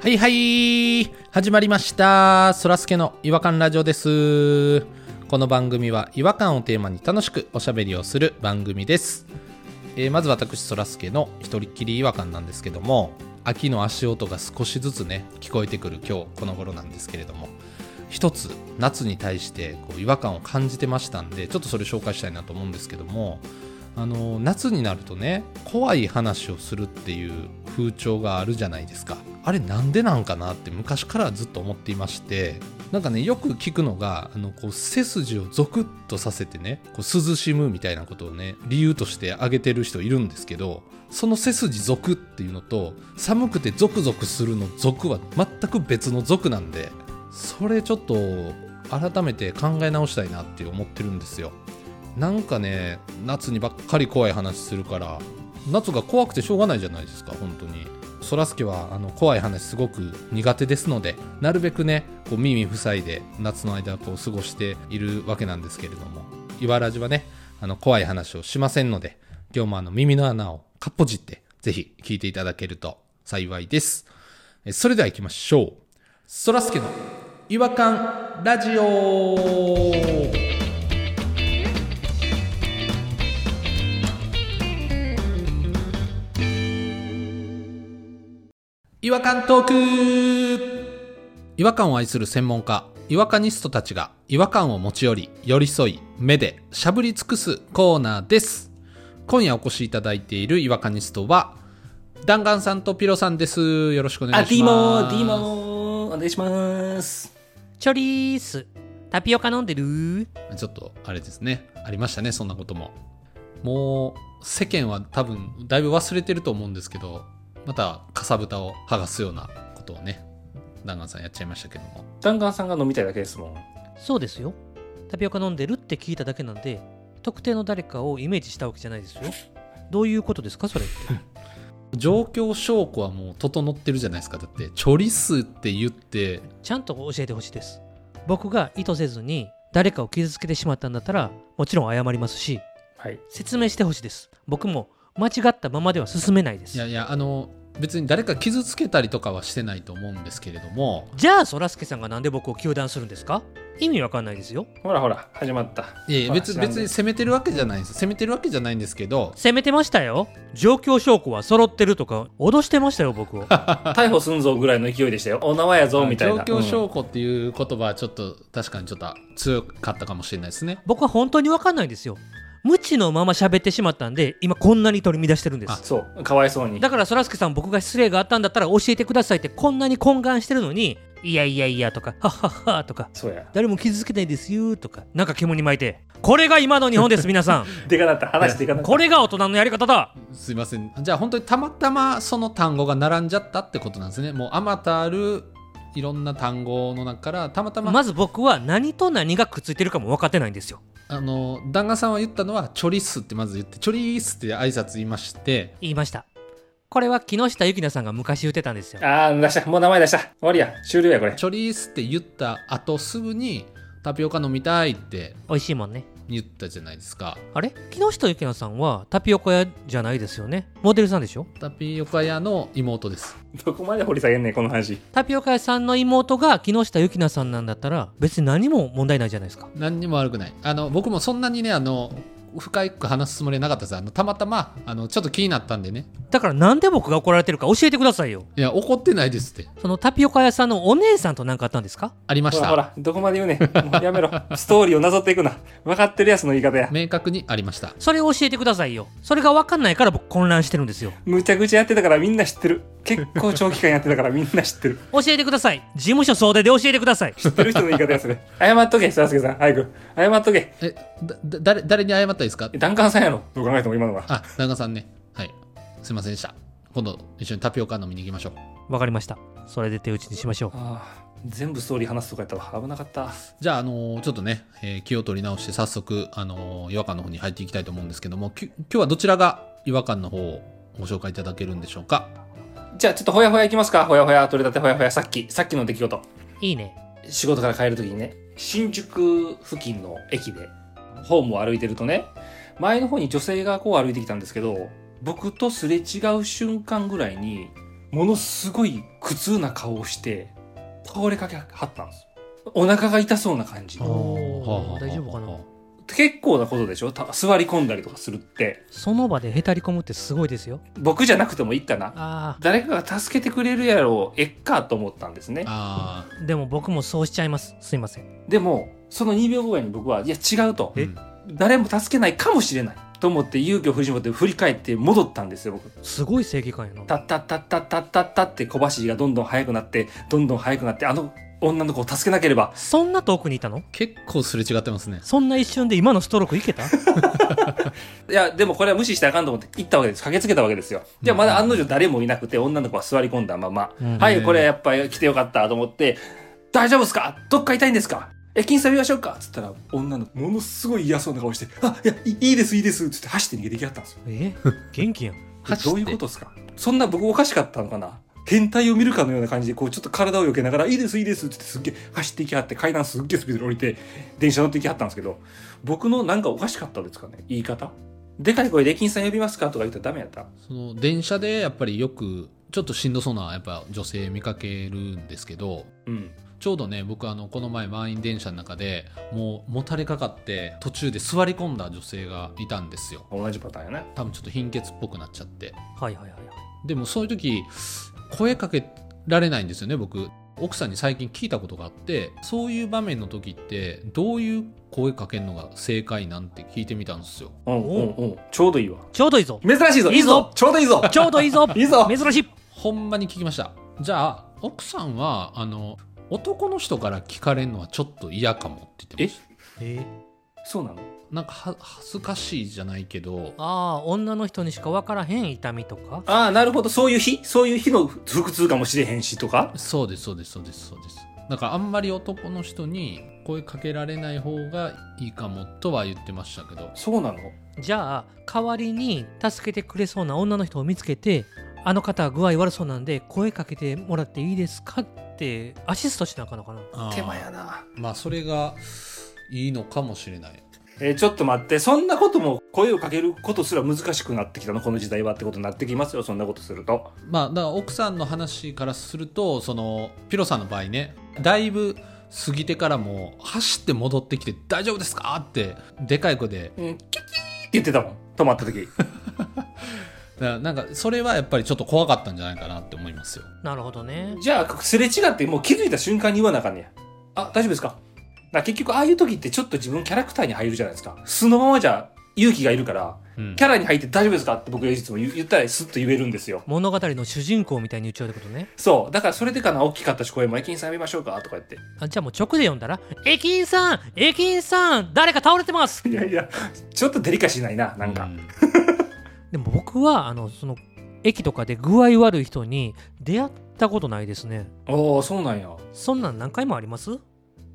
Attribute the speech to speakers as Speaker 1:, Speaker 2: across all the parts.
Speaker 1: はいはい始まりましたそらすけの違和感ラジオですこの番組は違和感をテーマに楽しくおしゃべりをする番組です、えーまず私そらすけの一人っきり違和感なんですけども秋の足音が少しずつね聞こえてくる今日この頃なんですけれども一つ夏に対してこう違和感を感じてましたんでちょっとそれ紹介したいなと思うんですけどもあの夏になるとね怖い話をするっていう風潮があるじゃないですかあれなんでなんかなって昔からずっと思っていましてなんかねよく聞くのがあのこう背筋をゾクッとさせてねこう涼しむみたいなことをね理由として挙げてる人いるんですけどその背筋ゾクっていうのと寒くてゾクゾクするのゾクは全く別のゾクなんでそれちょっと改めて考え直したいなって思ってるんですよなんかね夏にばっかり怖い話するから夏が怖くてしょうがないじゃないですか本当にそらすけはあの怖い話すごく苦手ですのでなるべくねこう耳塞いで夏の間こう過ごしているわけなんですけれどもいわらじはねあの怖い話をしませんので今日もあの耳の穴をかっぽじってぜひ聞いていただけると幸いですえそれでは行きましょうそらすけの違和感ラジオ違和感トーク違和感を愛する専門家違和感ニストたちが違和感を持ち寄り寄り添い目でしゃぶり尽くすコーナーです今夜お越しいただいている違和感ニストは弾丸さんとピロさんですよろしくお願
Speaker 2: あ、
Speaker 1: い
Speaker 2: デ
Speaker 1: し
Speaker 2: ィ
Speaker 1: ま
Speaker 2: モ
Speaker 1: す
Speaker 2: ー、ディモー、お願いします。
Speaker 3: チョリースタピオカ飲んでる
Speaker 1: ちょっとあれですねありましたねそんなことももう世間は多分だいぶ忘れてると思うんですけどまたかさぶたを剥がすようなことをね弾丸さんやっちゃいましたけども
Speaker 2: 弾丸さんが飲みたいだけですもん。
Speaker 3: そうですよタピオカ飲んでるって聞いただけなんで特定の誰かをイメージしたわけじゃないですよどういうことですかそれって
Speaker 1: 状況証拠はもう整ってるじゃないですかだってチョリスって言って
Speaker 3: ちゃんと教えてほしいです僕が意図せずに誰かを傷つけてしまったんだったらもちろん謝りますし
Speaker 2: はい。
Speaker 3: 説明してほしいです僕も間違ったままでは進めないで
Speaker 1: い
Speaker 3: す
Speaker 1: やいやあの別に誰か傷つけたりとかはしてないと思うんですけれども
Speaker 3: じゃあそらすけさんがなんで僕を糾弾するんですか意味わかんないですよ
Speaker 2: ほらほら、始まった。
Speaker 1: いやいや
Speaker 2: ほら
Speaker 1: 別別に。責めてるわけじゃないんです責めてるわけじゃないんですけど
Speaker 3: 責めてましたよ状況証拠は揃ってるとか脅してましたよ僕を
Speaker 2: 知らんで逮捕すんぞぐらいの勢いでしたよ。お縄やぞ、みたいな。
Speaker 1: 状況
Speaker 2: うん
Speaker 1: 証拠っていう言葉はちょっと確かにちょっと強かったかもしれないですね
Speaker 3: 僕は本当に分かんないんですよ無知のまま喋ってしまったんで今こんなに取り乱してるんで
Speaker 1: あ
Speaker 3: す
Speaker 2: そう、かわいそうに。
Speaker 3: だからそらすけさん僕が失礼があったんだったら教えてくださいってこんなに懇願してるのにいやいやいやとかはっはっはとか
Speaker 2: そうや。
Speaker 3: 誰も傷つけないですよとかなんか煙に巻いてこれが今の日本 です皆さ
Speaker 2: でかなった、話でかなっ
Speaker 3: ん
Speaker 2: た。
Speaker 3: これが大人のやり方だ
Speaker 1: すいませんじゃあ本当にたまたまその単語が並んじゃったってことなんですねもうあまたあるいろんな単語の中からたまたま、
Speaker 3: まず僕は何と何がくっついてるかも分かってないんですよ
Speaker 1: あの旦那さんは言ったのは「チョリス」ってまず言って「チョリス」って挨拶言いまして
Speaker 3: 言いましたこれは木下ゆきなさんが昔言ってたんですよ
Speaker 2: あー、出した。もう名前出した。終わりや。終了や、これ。
Speaker 1: チョリースって言った後すぐにタピオカ飲みたいって
Speaker 3: 美味しいもんね
Speaker 1: 言ったじゃないですか
Speaker 3: あれ木下ゆきなさんはタピオカ屋じゃないですよねモデルさんでしょ
Speaker 1: タピオカ屋の妹です
Speaker 2: どこまで掘り下げんねん、この話。
Speaker 3: タピオカ屋さんの妹が木下ゆきなさんなんだったら別に何も問題ないじゃないですか
Speaker 1: 何にも悪くないあの僕もそんなにねあの深く話すつもりはなかったですあのたまたまあのちょっと気になったんでね
Speaker 3: だからなんで僕が怒られてるか教えてくださいよ
Speaker 1: いや怒ってないですって
Speaker 3: そのタピオカ屋さんのお姉さんと何かあったんですか
Speaker 1: ありま
Speaker 2: ほ
Speaker 1: し
Speaker 2: らほ
Speaker 1: た
Speaker 2: ら、どこまで言うねん。もうやめろ。ストーリーをなぞっていくな。分かってるやつの言い方や。
Speaker 1: 明確にありました
Speaker 3: それを教えてくださいよそれが分かんないから僕混乱してるんですよ
Speaker 2: むちゃくちゃやってたからみんな知ってる。結構長期間やってたからみんな知ってる。
Speaker 3: 教えてください事務所総出で教えてください
Speaker 2: 知ってる人の言い方やそ れ。謝っとけ、すらすけさん。早く。謝っとけ。
Speaker 1: えだだ誰誰に謝ったらいいですか
Speaker 2: ダンカンさんやろ。どう考えても今のは。
Speaker 1: あ旦那さんねはいすいませんでした今度一緒にタピオカ飲みに行きましょう
Speaker 3: 分かりましたそれで手打ちにしましょう
Speaker 2: ああ、全部ストーリー話すとかやったわ。危なかった。
Speaker 1: じゃあ、あのーちょっとね、えー気を取り直して、早速、あのー違和感の方に入っていきたいと思うんですけども、き今日はどちらが違和感の方をご紹介いただけるんでしょうか。
Speaker 2: じゃあ、ちょっとほやほやいきますか。ほやほや、取れたてほやほや、さっき、さっきの出来事。
Speaker 3: いいね
Speaker 2: 仕事から帰るときにね、新宿付近の駅で、ホームを歩いてるとね、前の方に女性がこう歩いてきたんですけど、僕とすれ違う瞬間ぐらいに、ものすごい苦痛な顔をして倒れかけはったんですよお腹が痛そうな感じ
Speaker 3: あー
Speaker 1: はあ
Speaker 3: 大丈夫かな
Speaker 1: はあ
Speaker 2: 結構なことでしょた座り込んだりとかするって
Speaker 3: その場でへたり込むってすごいですよ
Speaker 2: 僕じゃなくてもいいかな
Speaker 3: あ
Speaker 2: 誰かが助けてくれるやろうえっかと思ったんですね
Speaker 1: あ
Speaker 3: ーでも僕もそうしちゃいますすいません
Speaker 2: でもその2秒後ぐらいに僕はいや違うと
Speaker 1: ー
Speaker 3: え
Speaker 1: うん
Speaker 2: 誰も助けないかもしれないと思って勇気を振り絞って振り返って戻ったんですよ僕
Speaker 3: すごい正義感やな
Speaker 2: タッタッタッタッタッタッタって小走りがどんどん速くなってどんどん速くなってあの女の子を助けなければ
Speaker 3: そんな遠くにいたの
Speaker 1: 結構すれ違ってますね
Speaker 3: そんな一瞬で今のストロークいけ た
Speaker 2: いやでもこれは無視してあかんと思って行ったわけです駆けつけたわけですよでもまだ案の定誰もいなくて女の子は座り込んだまま、
Speaker 3: うん
Speaker 2: はいこれやっぱり来てよかったと思って「大丈夫ですかどっか痛いんですか駅員さん呼びましょうか」っつったら女の子ものすごい嫌そうな顔して「あいやいいいですいいです」っつって走って逃げてきはったんですよ
Speaker 3: え元気やん
Speaker 2: えどういうことですかそんな僕おかしかったのかな変態を見るかのような感じでこうちょっと体を避けながら「いいですいいです」ってすっげえ走っていきはって階段すっげえスピードで降りて電車乗ってきはったんですけど僕のなんかおかしかったですかね言い方でかい声で駅員さん呼びますかとか言ったらダメやった
Speaker 1: その電車でやっぱりよくちょっとしんどそうなやっぱ女性見かけるんですけど
Speaker 2: うん
Speaker 1: ちょうどね僕あのこの前満員電車の中でもうもたれかかって途中で座り込んだ女性がいたんですよ
Speaker 2: 同じパターンやね
Speaker 1: 多分ちょっと貧血っぽくなっちゃって
Speaker 3: はいはいはいはい
Speaker 1: でもそういう時声かけられないんですよね僕奥さんに最近聞いたことがあってそういう場面の時ってどういう声かけるのが正解なんて聞いてみたんですよ
Speaker 2: うんうんうんちょうどいいわ
Speaker 3: ちょうどいいぞ
Speaker 2: 珍しいぞ
Speaker 3: いいぞ
Speaker 2: ちょうどいいぞ
Speaker 3: ちょうどいいぞ
Speaker 2: いいぞ
Speaker 3: 珍しい
Speaker 1: ほんまに聞きましたじゃあ奥さんはあの男の人から聞かれるのはちょっと嫌かもって言ってました
Speaker 3: え
Speaker 2: そうなの
Speaker 1: なんかは恥ずかしいじゃないけど
Speaker 3: ああ女の人にしか分からへん痛みとか
Speaker 2: ああなるほどそういう日そういう日の腹痛かもしれへんしとか
Speaker 1: そうですそうですそうですそうですだからあんまり男の人に声かけられない方がいいかもとは言ってましたけど
Speaker 2: そうなの
Speaker 3: じゃあ代わりに助けてくれそうな女の人を見つけてあの方は具合悪そうなんで声かけてもらっていいですかってアシストしなあかんのかな
Speaker 1: あー
Speaker 2: 手間やな
Speaker 1: まあそれがいいのかもしれない
Speaker 2: えーちょっと待って、そんなことも声をかけることすら難しくなってきたの、この時代はってことになってきますよ、そんなことすると。
Speaker 1: まあだから奥さんの話からするとそのピロさんの場合ねだいぶ過ぎてからも走って戻ってきて「大丈夫ですか?」ってでかい声で
Speaker 2: うん、キュキーって言ってたもん、止まった時。
Speaker 1: だからなんかそれはやっぱりちょっと怖かったんじゃないかなって思いますよ
Speaker 3: なるほどね
Speaker 2: じゃあ、すれ違ってもう気づいた瞬間に言わなあかんねや。あ、大丈夫ですかだから結局、ああいう時ってちょっと自分キャラクターに入るじゃないですか。素のままじゃ勇気がいるから、
Speaker 1: うん
Speaker 2: キャラに入って大丈夫ですかって僕がいつも言言ったらスッと言えるんですよ。
Speaker 3: 物語の主人公みたいに言っちゃうってことね
Speaker 2: そう。だからそれでかな、大きかったし、声も駅員さん呼びましょうかとか言って。
Speaker 3: あじゃあもう直で読んだら「駅員さん駅員さん誰か倒れてます!
Speaker 2: いやいや、ちょっとデリカシーないな、なんか。
Speaker 1: う
Speaker 3: でも僕はあのその駅とかで具合悪い人に出会ったことないですね
Speaker 2: おー、そうなんや。
Speaker 3: そんなん何回もあります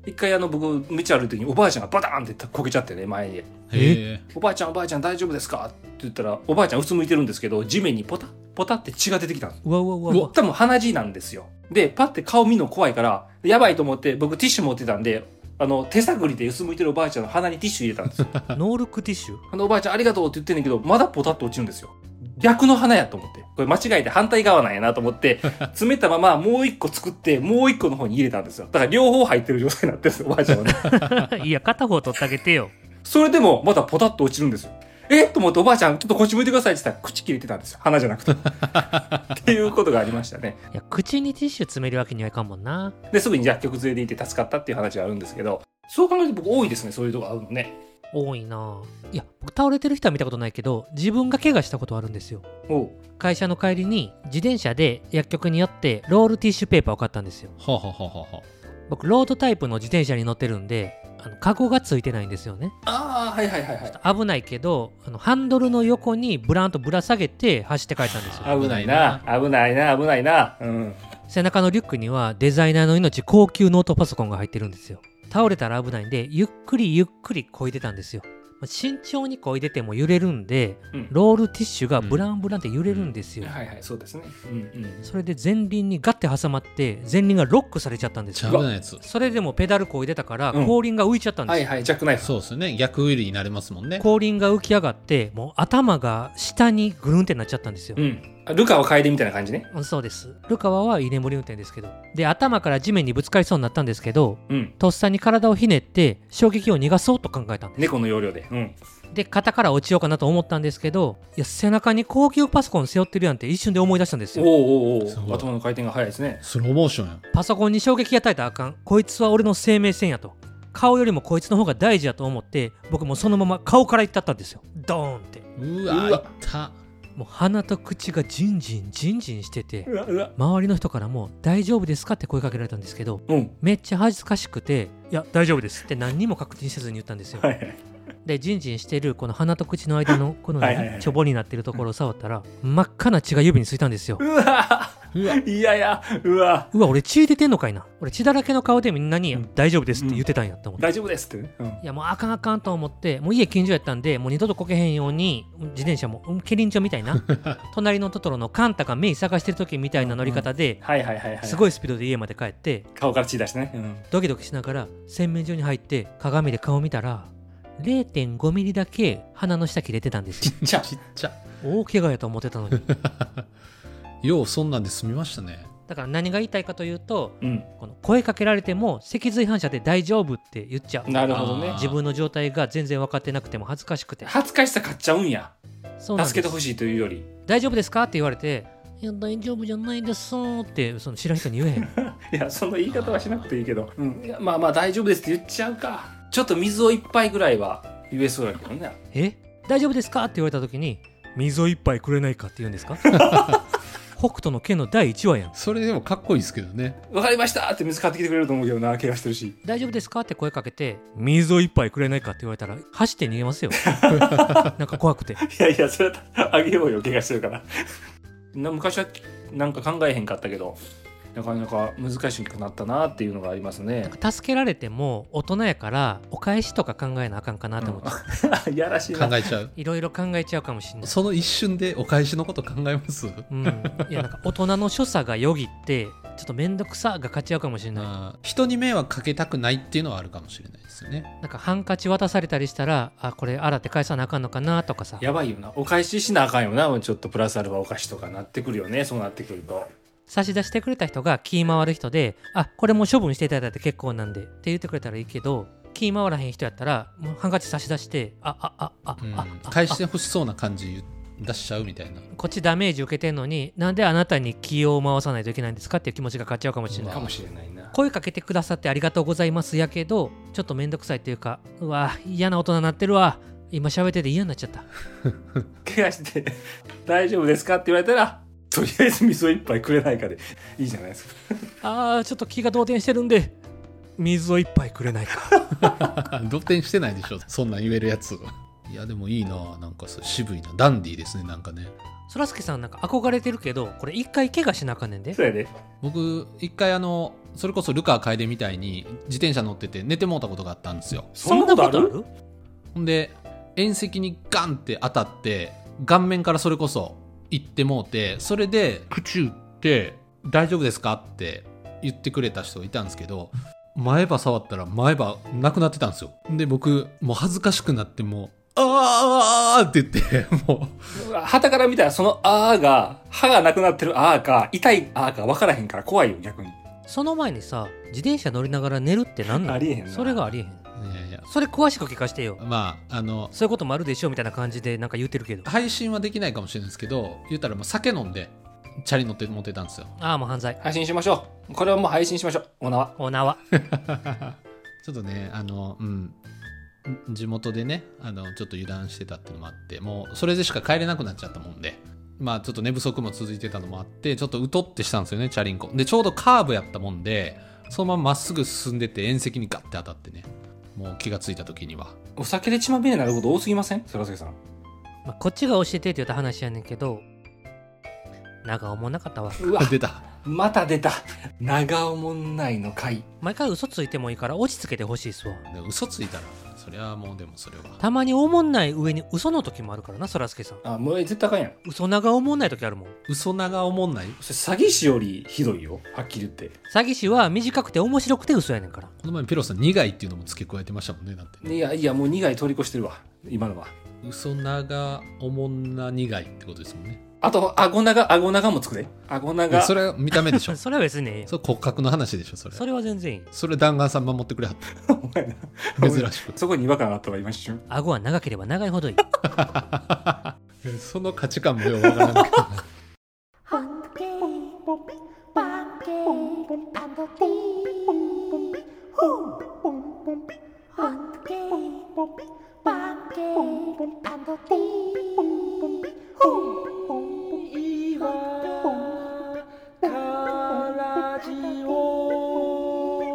Speaker 2: 一回あの僕道歩いてる時におばあちゃんがバターンってこけちゃってね前に
Speaker 1: へえ
Speaker 2: 「おばあちゃんおばあちゃん大丈夫ですか?」って言ったらおばあちゃんうつむいてるんですけど地面にポタッポタって血が出てきたんです
Speaker 3: うわうわうわうわ
Speaker 2: 多分鼻血なんですよでパッて顔見るの怖いからやばいと思って僕ティッシュ持ってたんであの手探りでうつむいてるおばあちゃんの鼻にティッシュ入れたんですよ
Speaker 3: ノールックティッシュ
Speaker 2: あのおばあちゃんありがとうって言ってんねんけどまだポタッと落ちるんですよ逆の鼻やと思ってこれ間違えて反対側なんやなと思 って詰めたままもう一個作ってもう一個の方に入れたんですよだから両方入ってる状態になってるんですよおばあち ゃんはね
Speaker 3: いや片方取ってあげてよ
Speaker 2: それでもまたポタッと落ちるんですよ。えっと思っておばあちゃん、ちょっとこっち向いてくださいって言ったら口切れてたんですよ。鼻じゃ なくて。っていうことがありましたね。
Speaker 3: いや口にティッシュ詰めるわけにはいかんもんな
Speaker 2: で、すぐに薬局連れて行って助かったっていう話があるんですけど、そう考えると僕多いですね、そういうとこあるのね。
Speaker 3: 多いなあいや僕倒れてる人は見たことないけど自分が怪我したことはあるんですよ
Speaker 2: おう
Speaker 3: 会社の帰りに自転車で薬局に寄ってロールティッシュペーパーを買ったんですよ
Speaker 1: はあはあはあはあはあ
Speaker 3: 僕ロードタイプの自転車に乗ってるんであのカゴがついてないんですよね
Speaker 2: ああ、はいはいはいはい。
Speaker 3: 危ないけどあのハンドルの横にブランとぶら下げて走って帰ったんですよ
Speaker 2: 危ないな、危ないな、危ないな。うん。
Speaker 3: 背中のリュックにはデザイナーの命高級ノートパソコンが入ってるんですよ倒れたら危ないんでゆっくりゆっくりこいでたんですよ慎重にこいでても揺れるんで
Speaker 2: うん。
Speaker 3: ロールティッシュがブランブランって揺れるんですよ、
Speaker 2: はいはい、そうですね。うんうん。
Speaker 3: それで前輪にガッて挟まって前輪がロックされちゃったんです
Speaker 1: ちゃ
Speaker 3: よ
Speaker 1: 危ないやつ
Speaker 3: それでもペダルこいでたから
Speaker 2: うん
Speaker 3: 後輪が浮いちゃったんです
Speaker 2: は
Speaker 3: よ、
Speaker 2: いはい、ジャックナイフ。
Speaker 1: そうですね逆ウイルになれますもんね
Speaker 3: 後輪が浮き上がってもう頭が下にぐるんってなっちゃったんですよ、
Speaker 2: うん。あルカは楓みたいな感じね。
Speaker 3: うんそうですルカワは居眠り運転ですけどで頭から地面にぶつかりそうになったんですけど
Speaker 2: うん。
Speaker 3: とっさに体をひねって衝撃を逃がそうと考えたんで
Speaker 2: 猫の要領で。うん。
Speaker 3: すで肩から落ちようかなと思ったんですけどいや背中に高級パソコン背負ってるやんって一瞬で思い出したんです
Speaker 2: お
Speaker 3: よ
Speaker 2: おうおう
Speaker 1: す
Speaker 2: お
Speaker 1: ご
Speaker 2: お。
Speaker 1: い
Speaker 2: 頭の回転が速いですね。
Speaker 1: スローモーションやん
Speaker 3: パソコンに衝撃与えたらあかんこいつは俺の生命線やと顔よりもこいつの方が大事やと思って僕もうそのまま顔から行ったったんですよドーンって
Speaker 1: うわ
Speaker 2: わ
Speaker 1: いった
Speaker 3: もう鼻と口がジンジンジンジンしてて
Speaker 2: うわうわ。
Speaker 3: 周りの人からも「大丈夫ですか?」って声かけられたんですけど
Speaker 2: うん。
Speaker 3: めっちゃ恥ずかしくて「いや大丈夫です」って何にも確認せずに言ったんですよ
Speaker 2: はいはい。
Speaker 3: でジンジンしてるこの鼻と口の間のこ の
Speaker 2: はいはいはい
Speaker 3: ちょぼになってるところを触ったら真っ赤な血が指についたんですよ
Speaker 2: うわ
Speaker 1: うわ
Speaker 2: いやいや、うわ
Speaker 3: うわ俺血出てんのかいな俺血だらけの顔でみんなに
Speaker 2: う
Speaker 3: 「大丈夫です」って言ってたんやって思って、
Speaker 2: 大丈夫ですってね。うん
Speaker 3: いやもうあかんあかんと思ってもう家近所やったんでもう二度とこけへんように自転車もうんケリンチョみたいな 隣のトトロのカンタがメイ探してる時みたいな乗り方で
Speaker 2: はいはいはいはい。
Speaker 3: す
Speaker 2: い。
Speaker 3: ごいスピードで家まで帰って
Speaker 2: 顔から血出してね。うん。
Speaker 3: ドキドキしながら洗面所に入って鏡で顔見たら0.5ミリだけ鼻の下切れてた んですよ
Speaker 2: じゃ
Speaker 1: ちっちゃ
Speaker 3: 大怪我やと思ってたのに
Speaker 1: ようそんなんで済みましたね
Speaker 3: だから何が言いたいかというと
Speaker 2: うん。
Speaker 3: この声かけられても脊髄反射で大丈夫って言っちゃう
Speaker 2: なるほどね
Speaker 1: あ。
Speaker 3: 自分の状態が全然分かってなくても恥ずかしくて
Speaker 2: 恥ずかしさ買っちゃうんや。
Speaker 3: そうなん
Speaker 2: 助けて
Speaker 3: で
Speaker 2: ほ
Speaker 3: す
Speaker 2: しいというより。
Speaker 3: 大丈夫ですかって言われていや大丈夫じゃないですってその知らん人に言えへん
Speaker 2: いや、その言い方はしなくていいけど。うん。いやまあまあ大丈夫ですって言っちゃうか。ちょっと水を一杯ぐらいは言えそうやけどね。
Speaker 3: え大丈夫ですかって言われた時に水を一杯くれないかって言うんですか 北斗の拳の第1話やん
Speaker 1: それでもかっこいいですけどね
Speaker 2: わかりましたって水買ってきてくれると思うけどな、怪我してるし。
Speaker 3: 大丈夫ですかって声かけて水を一杯くれないかって言われたら走って逃げ ますよなんか怖くて
Speaker 2: いやいや、それはあげようよ、怪我してるから。 な昔はなんか考えへんかったけど、なかなか難しくなったなっていうのがありますね。
Speaker 3: 助けられても大人やからお返しとか考えなあかんかなと思って、
Speaker 2: うん いやらしい
Speaker 1: 考
Speaker 2: な。
Speaker 1: えちゃう
Speaker 3: いろいろ考えちゃうかもしれない
Speaker 1: その一瞬でお返しのこと考えます
Speaker 3: うん、いやなんか大人の所作がよぎってちょっと面倒くさが勝っちゃうかもしれない
Speaker 1: あー人に迷惑かけたくないっていうのはあるかもしれないですよね
Speaker 3: なんかハンカチ渡されたりしたらあこれ洗って返さなあかんのかなとかさ
Speaker 2: やばいよな。お返ししなあかんよな。ちょっとプラスアルファお菓子とかなってくるよね。そうなってくると。
Speaker 3: 差し出してくれた人が気回る人であこれもう処分していただいて結構なんでって言ってくれたらいいけど気回らへん人やったらもうハンカチ差し出してああああ、
Speaker 1: う
Speaker 3: あ
Speaker 1: ん
Speaker 3: あ
Speaker 1: 返してほしそうな感じ出しちゃうみたいな
Speaker 3: こっちダメージ受けてんのになんであなたに気を回さないといけないんですかっていう気持ちが勝っちゃうかもしれない
Speaker 2: かもしれないな。
Speaker 3: 声かけてくださってありがとうございますやけどちょっとめんどくさいというかうわ嫌な大人になってるわ今喋ってて嫌になっちゃった
Speaker 2: 怪我して、 大丈夫ですかって言われたら、とりあえず水を一杯くれないかでいいじゃないですか。
Speaker 3: あーちょっと気が動転してるんで水を一杯くれないか
Speaker 1: 同点してないでしょそんなん言えるやついやでもいいななんかそう渋いなダンディーですねなんかね
Speaker 3: そらすけさんなんか憧れてるけどこれ一回怪我しなあかんねんで
Speaker 2: そうやで。
Speaker 1: 僕一回あのそれこそルカ楓みたいに自転車乗ってて寝てもうたことがあったんですよ
Speaker 2: そんなことある
Speaker 1: ほんで縁石にガンって当たって顔面からそれこそ行ってもうてそれで口打って「大丈夫ですか?」って言ってくれた人がいたんですけど前歯触ったら前歯なくなってたんですよで僕もう恥ずかしくなってもう「あーあーあーあー」って言っても
Speaker 2: はたから見たらその「あー」が歯がなくなってる「あー」か痛い「あー」か分からへんから怖いよ逆に
Speaker 3: その前にさ自転車乗りながら寝るってなん
Speaker 2: あ
Speaker 3: なの
Speaker 2: りえへんな
Speaker 3: それがありえへん
Speaker 1: ういやいや
Speaker 3: それ詳しく聞かしてよ
Speaker 1: まああの
Speaker 3: そういうこともあるでしょみたいな感じでなんか言ってるけど
Speaker 1: 配信はできないかもしれないですけど言ったらもう酒飲んでチャリ乗って持ってたんですよ
Speaker 3: ああもう犯罪
Speaker 2: 配信しましょうこれはもう配信しましょうお縄
Speaker 3: お縄
Speaker 1: ちょっとね、あの、うん。地元でね、あの、ちょっと油断してたっていうのもあって、もうそれでしか帰れなくなっちゃったもんで、まあちょっと寝不足も続いてたのもあって、ちょっとうとってしたんですよね、チャリンコ。で、ちょうどカーブやったもんで、そのまままっすぐ進んでって、縁石にガッて当たってね、もう気がついた時には。
Speaker 2: お酒で血まみれになること多すぎませんそらすけさん
Speaker 3: まあ、こっちが教えてって言った話やねんけど長おもんなかったわ
Speaker 2: うわ
Speaker 1: 出た。
Speaker 2: また出た長おもんないの回
Speaker 3: 毎回嘘ついてもいいから落ち着けてほしいっすわ
Speaker 1: で嘘ついたら、それはもうでもそれは。
Speaker 3: たまにおもんない上に嘘の時もあるからなそらすけさん
Speaker 2: あもう絶対あかんやん
Speaker 3: 嘘長おもんない時あるもん
Speaker 1: 嘘長おもんない
Speaker 2: それ詐欺師よりひどいよはっきり言って
Speaker 3: 詐欺師は短くて面白くて嘘やねんから
Speaker 1: この前ピロさん苦いっていうのも付け加えてましたもんね、だってね。
Speaker 2: いやいやもう苦い通り越してるわ今のは
Speaker 1: 嘘長おもんな苦いってことですもんね。
Speaker 2: あと、顎長、顎長も作れ。顎
Speaker 1: いや
Speaker 2: 長。
Speaker 1: それは見た目で しょ
Speaker 3: それは別にね
Speaker 1: それ骨格の話でしょそれ
Speaker 3: それは全然いい
Speaker 1: それ弾丸さん守ってくれはっ
Speaker 2: お前な
Speaker 1: た珍し
Speaker 2: そこに違和感があったわ、今一瞬。
Speaker 3: 顎は長ければ長いほどいい
Speaker 1: くその価値観もよくわからんけど
Speaker 4: Hunky,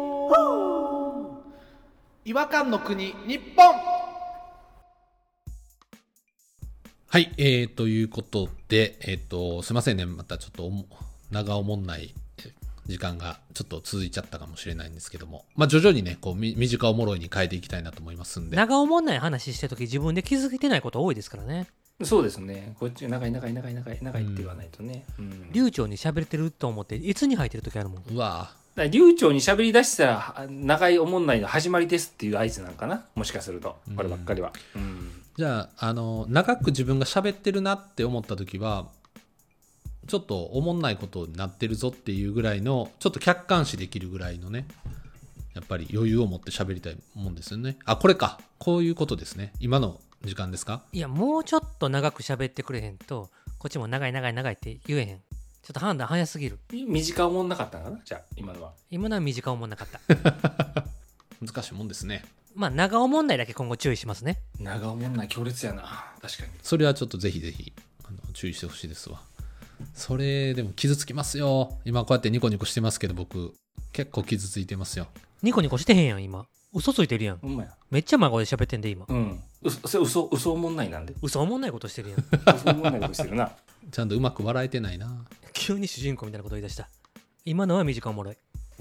Speaker 5: 違和感の国日本
Speaker 1: はいえー、ということでえっ、とすいませんねまたちょっとおも長おもんない時間がちょっと続いちゃったかもしれないんですけどもまあ徐々にねこうみ身近おもろいに変えていきたいなと思いますんで
Speaker 3: 長おもんない話してる時自分で気づいてないこと多いですからね
Speaker 2: そうですね。こっち、長い長い長い長い長いって言わないとね。うん
Speaker 3: 流暢に喋れてると思っていつに入ってる時あるもん
Speaker 1: うわ
Speaker 2: だから流暢に喋り出したらは長いおもんないの始まりですっていう合図なんかなもしかすると
Speaker 1: うん
Speaker 2: こればっかりは、うん
Speaker 1: じゃああの長く自分が喋ってるなって思った時はちょっとおもんないことになってるぞっていうぐらいのちょっと客観視できるぐらいのねやっぱり余裕を持って喋りたいもんですよねあこれかこういうことですね今の時間ですか
Speaker 3: いやもうちょっと長く喋ってくれへんとこっちも長い長い長いって言えへんちょっと判断早すぎる
Speaker 2: 短おもんなかったのかなじゃあ今のは
Speaker 3: 今のは短おもん なかった
Speaker 1: 難しいもんですね
Speaker 3: まあ長おもんないだけ今後注意しますね
Speaker 2: 長おもんない強烈やな確かに
Speaker 1: それはちょっとぜひぜひあの注意してほしいですわそれでも傷つきますよ今こうやってニコニコしてますけど僕結構傷ついてますよ
Speaker 3: ニコニコしてへんやん今嘘ついてるやん
Speaker 2: ほんまや
Speaker 3: めっちゃ真顔で喋ってんで今
Speaker 2: うんうそれ嘘嘘おもんないなんで
Speaker 3: 嘘おもんないことしてるやん
Speaker 2: 嘘おもんないことしてるな
Speaker 1: ちゃんとうまく笑えてないな
Speaker 3: 急に主人公みたいなこと言い出した今のは短おもろい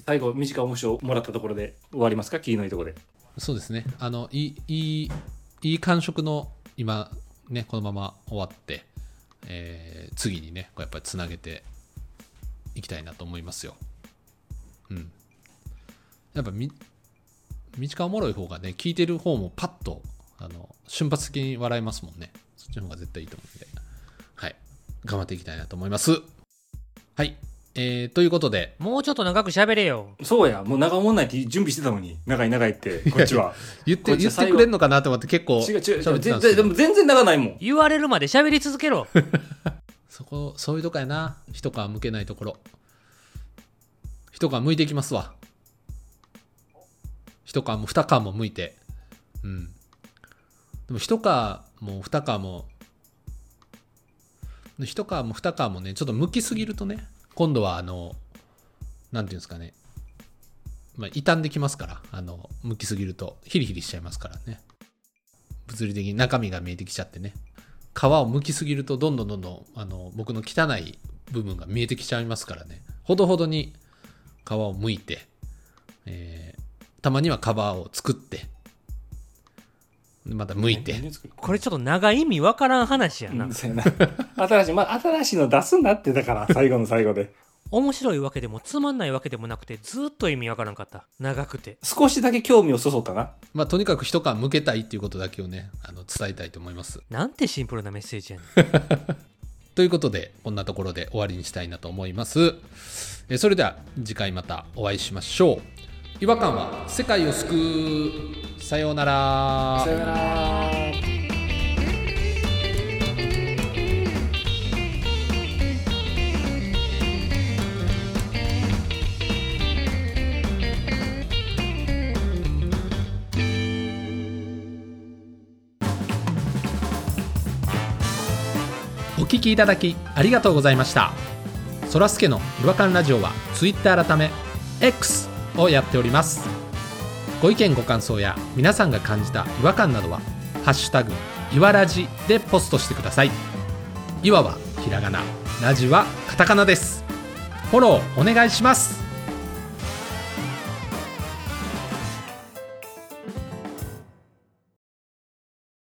Speaker 2: 最後短おもしをもらったところで終わりますか気のいいところで
Speaker 1: そうですね。あの、いい、いい、いい感触の今、ね、このまま終わって、えー次にね、こうやっぱりつなげていきたいなと思いますよ。うん。やっぱみ、短おもろい方がね、聞いてる方もパッと、あの、瞬発的に笑えますもんね。そっちの方が絶対いいと思うんで。はい。頑張っていきたいなと思います。はい。えーということで、
Speaker 3: もうちょっと長く喋れよ
Speaker 2: そうやもう長おもんないって準備してたのに長い長いってこっちは
Speaker 1: 言っ
Speaker 2: こ
Speaker 1: て、言っ
Speaker 2: っちは
Speaker 1: て
Speaker 2: 最後
Speaker 1: くれんのかなと思って結構
Speaker 2: 違う違う
Speaker 1: 喋
Speaker 2: 違
Speaker 1: っ
Speaker 2: う
Speaker 1: てたんです
Speaker 2: 全然
Speaker 1: け
Speaker 2: で
Speaker 1: ど
Speaker 2: も全然長ないもん
Speaker 3: 言われるまで喋り続けろ
Speaker 1: そこそういうとこやな一皮向けないところ一皮向いていきますわ一皮も二皮も向いてうんでも一皮も二皮も一皮も二皮もねちょっと向きすぎるとね今度はあのなんていうんですかねまあ傷んできますからあの向きすぎるとヒリヒリしちゃいますからね物理的に中身が見えてきちゃってね皮を剥きすぎるとどんどんどんどんあの僕の汚い部分が見えてきちゃいますからねほどほどに皮を剥いて、えーたまにはカバーを作ってでまた剥いて
Speaker 2: 何作る
Speaker 3: これちょっと長い意味わからん話やな、
Speaker 2: うん そうやな新しい、まあ、新しいの出すなってだから最後の最後で
Speaker 3: 面白いわけでもつまんないわけでもなくてずっと意味わからんかった長くて
Speaker 2: 少しだけ興味をそそったな
Speaker 1: まあとにかく一皮剥けたいっていうことだけをねあの伝えたいと思います
Speaker 3: なんてシンプルなメッセージやねん
Speaker 1: ということでこんなところで終わりにしたいなと思いますえーそれでは次回またお会いしましょう違和感は世界を救うさようなら
Speaker 2: さよなら
Speaker 1: お聞きいただきありがとうございましたそらすけの違和感ラジオは Twitter 改め X をやっておりますご意見ご感想や皆さんが感じた違和感などは「ハッシュタグいわらじ」でポストしてくださいいわはひらがなラジはカタカナですフォローお願いします